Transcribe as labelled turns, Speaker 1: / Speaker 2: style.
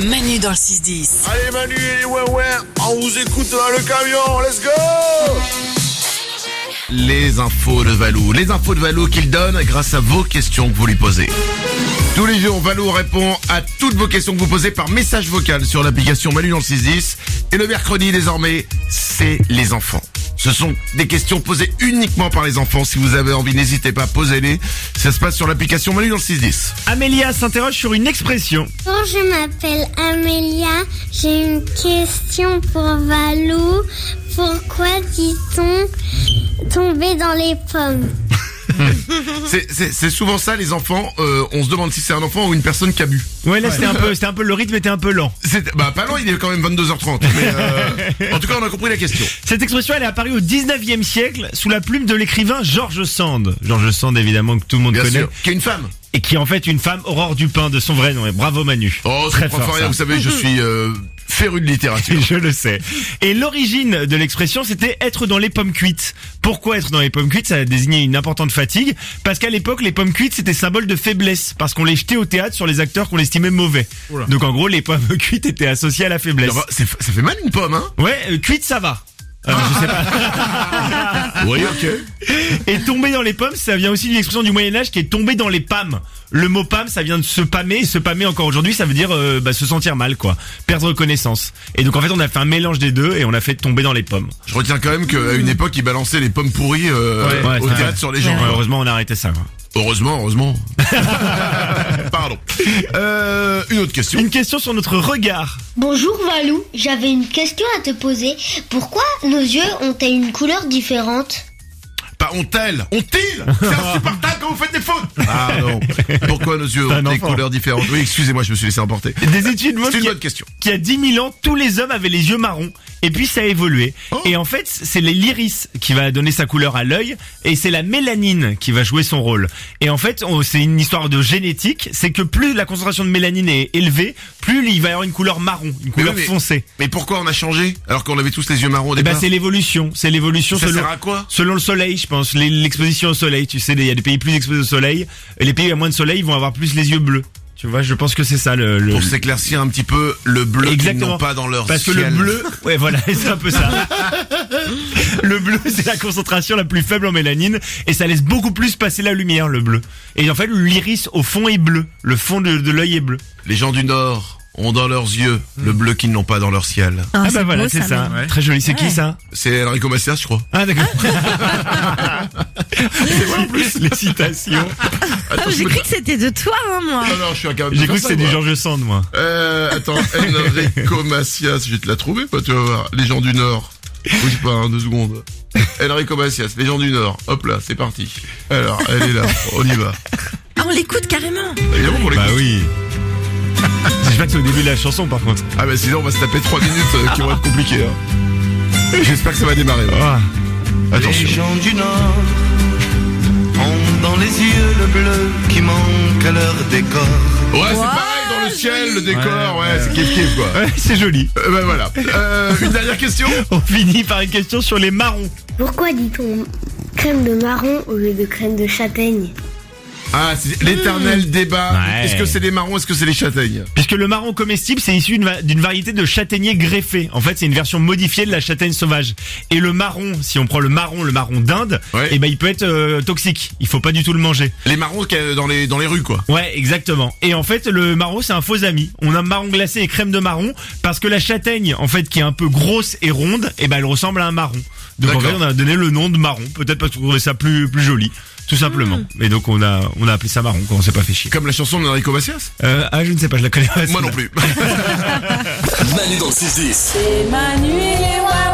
Speaker 1: Manu dans le 6-10.
Speaker 2: Allez Manu et les ouais on vous écoute dans le camion, let's go Les infos de Valou, les infos de Valou qu'il donne grâce à vos questions que vous lui posez. Tous les jours, Valou répond à toutes vos questions que vous posez par message vocal sur l'application Manu dans le 610. Et le mercredi désormais, c'est les enfants. Ce sont des questions posées uniquement par les enfants. Si vous avez envie, n'hésitez pas, posez-les. Ça se passe sur l'application Manu dans le 610.
Speaker 3: Amélia s'interroge sur une expression.
Speaker 4: Bonjour, je m'appelle Amélia. J'ai une question pour Valou. Pourquoi dit-on tomber dans les pommes
Speaker 2: C'est- C'est c'est souvent ça, les enfants. euh, on se demande si c'est un enfant ou une personne qui a bu.
Speaker 3: Ouais, là c'était un peu, c'était un peu, le rythme était un peu lent.
Speaker 2: C'est- Bah, pas loin, il est quand même 22h30. Mais euh, en tout cas, on a compris la question.
Speaker 3: Cette expression, elle est apparue au 19e siècle sous la plume de l'écrivain George Sand. George Sand, évidemment, que tout le monde
Speaker 2: Bien
Speaker 3: connaît.
Speaker 2: sûr. Qui est une femme.
Speaker 3: Et qui est en fait une femme, Aurore Dupin, de son vrai nom. Et bravo Manu.
Speaker 2: Oh,
Speaker 3: Très
Speaker 2: je comprends
Speaker 3: fort,
Speaker 2: rien,
Speaker 3: ça.
Speaker 2: vous savez, je suis euh, féru de littérature.
Speaker 3: Je le sais. Et l'origine de l'expression, c'était être dans les pommes cuites. Pourquoi être dans les pommes cuites Ça désignait une importante fatigue. Parce qu'à l'époque, les pommes cuites, c'était symbole de faiblesse. Parce qu'on les jetait au théâtre sur les acteurs qu'on estimait mauvais.
Speaker 2: Oula.
Speaker 3: Donc en gros, les pommes cuites étaient associées à la faiblesse.
Speaker 2: Ah bah, c'est- ça fait mal une pomme, hein
Speaker 3: Ouais, euh, cuite, ça va. Euh, je sais pas. Ah,
Speaker 2: Oui, ok.
Speaker 3: Et tomber dans les pommes, ça vient aussi d'une expression du Moyen Âge qui est tomber dans les pâmes. Le mot pâme, ça vient de se pâmer. Et se pâmer encore aujourd'hui, ça veut dire euh, bah, se sentir mal, quoi. Perdre connaissance. Et donc en fait, on a fait un mélange des deux et on a fait tomber dans les pommes.
Speaker 2: Je retiens quand même qu'à une époque, ils balançaient les pommes pourries euh,
Speaker 3: Ouais, ouais,
Speaker 2: au
Speaker 3: c'est
Speaker 2: théâtre
Speaker 3: vrai.
Speaker 2: sur les gens.
Speaker 3: Ouais, heureusement, on a arrêté ça. hein. quoi.
Speaker 2: Heureusement, heureusement. Pardon. Euh, une autre question.
Speaker 3: Une question sur notre regard.
Speaker 5: Bonjour Valou, j'avais une question à te poser. Pourquoi nos yeux ont-ils une couleur différente
Speaker 2: Pas ont-elles Ont-ils C'est insupportable quand vous faites des fautes Ah non. Pourquoi nos yeux
Speaker 3: C'est
Speaker 2: ont
Speaker 3: un
Speaker 2: des
Speaker 3: enfant.
Speaker 2: couleurs différentes Oui, excusez-moi, je me suis laissé emporter.
Speaker 3: Des études montrent
Speaker 2: C'est une
Speaker 3: qu'il y a-
Speaker 2: bonne question.
Speaker 3: qu'il y a 10 000 ans, tous les hommes avaient les yeux marrons. Et puis ça a évolué.
Speaker 2: Oh.
Speaker 3: Et en fait, c'est les- l'iris qui va donner sa couleur à l'œil, et c'est la mélanine qui va jouer son rôle. Et en fait, on- c'est une histoire de génétique. C'est que plus la concentration de mélanine est élevée, plus il va y avoir une couleur marron, une couleur
Speaker 2: oui, mais-
Speaker 3: foncée.
Speaker 2: Mais pourquoi on a changé alors qu'on avait tous les yeux marrons au
Speaker 3: Et ben
Speaker 2: départ
Speaker 3: c'est l'évolution. C'est l'évolution
Speaker 2: Ça
Speaker 3: selon.
Speaker 2: sert à quoi
Speaker 3: Selon le soleil, je pense, Les- l'exposition au soleil, tu sais, il y a des pays plus exposés au soleil, et les pays à moins de soleil vont avoir plus les yeux bleus. Tu vois, je pense que c'est ça le, le-
Speaker 2: Pour s'éclaircir un petit peu le bleu qu'ils
Speaker 3: Exactement.
Speaker 2: n'ont pas dans leur
Speaker 3: Parce que le
Speaker 2: ciel.
Speaker 3: bleu, ouais voilà, c'est un peu ça. le bleu, c'est la concentration la plus faible en mélanine et ça laisse beaucoup plus passer la lumière, le bleu. Et en fait, l'iris au fond est bleu, le fond de, de l'œil est bleu.
Speaker 2: Les gens du Nord ont dans leurs yeux
Speaker 3: Hmm.
Speaker 2: le bleu qu'ils n'ont pas dans leur ciel.
Speaker 3: Ah,
Speaker 1: c'est
Speaker 3: bah voilà,
Speaker 1: beau,
Speaker 3: c'est ça.
Speaker 1: Manu.
Speaker 3: Très joli. C'est qui
Speaker 1: Ouais.
Speaker 3: ça
Speaker 2: C'est Enrico Macias, je crois.
Speaker 3: Ah d'accord. c'est moi en plus les citations.
Speaker 1: Ah, J'ai cru que c'était de toi, hein, moi.
Speaker 2: Ah Non, non, je suis incapable de
Speaker 3: J'ai
Speaker 2: faire
Speaker 3: cru que
Speaker 2: ça,
Speaker 3: c'était du
Speaker 2: moi.
Speaker 3: Georges Sand, moi.
Speaker 2: Euh, attends, Enrico Macias, je vais te la trouver, pas, tu vas voir. Les gens du Nord. Bouge pas, hein, deux secondes. Enrico Macias, les gens du Nord. Hop là, c'est parti. Alors, elle est là, on y va.
Speaker 1: Ah, on l'écoute carrément.
Speaker 2: Évidemment qu'on l'écoute.
Speaker 3: Bah oui. Je sais pas que c'est au début de la chanson, par contre.
Speaker 2: Ah bah sinon, on va se taper trois minutes euh, qui vont être compliquées. hein. J'espère que ça va démarrer. hein.
Speaker 3: Ah.
Speaker 2: Attention.
Speaker 6: Les gens du Nord ont dans les yeux le bleu qui manque à leur décor.
Speaker 2: Ouais, c'est pareil, dans le ciel, le décor, ouais, c'est kiff kiff quoi.
Speaker 3: Ouais, c'est joli.
Speaker 2: Euh, bah voilà. Euh, une dernière question
Speaker 3: On finit par une question sur les marrons.
Speaker 4: Pourquoi dit-on crème de marron au lieu de crème de châtaigne
Speaker 2: Ah, c'est l'éternel débat.
Speaker 3: Ouais.
Speaker 2: Est-ce que c'est des marrons, est-ce que c'est des châtaignes
Speaker 3: Puisque le marron comestible, c'est issu d'une va- d'une variété de châtaignier greffé. En fait, c'est une version modifiée de la châtaigne sauvage. Et le marron, si on prend le marron, le marron d'Inde,
Speaker 2: Ouais.
Speaker 3: eh ben il peut être euh, toxique. Il faut pas du tout le manger.
Speaker 2: Les marrons qu'il y a dans les, dans les rues quoi.
Speaker 3: Ouais, exactement. Et en fait, le marron, c'est un faux ami. On a marron glacé et crème de marron parce que la châtaigne, en fait, qui est un peu grosse et ronde, eh ben elle ressemble à un marron. Donc en
Speaker 2: D'accord.
Speaker 3: fait, on a donné le nom de marron, peut-être parce qu'on trouvait ça plus plus joli, tout simplement. Et donc on a on a appelé ça marron quand on s'est pas fait chier.
Speaker 2: Comme la chanson d'Enrico Macias
Speaker 3: Euh, ah, je ne sais pas, je la connais pas.
Speaker 2: Moi non plus.
Speaker 7: Manu et les Wawa.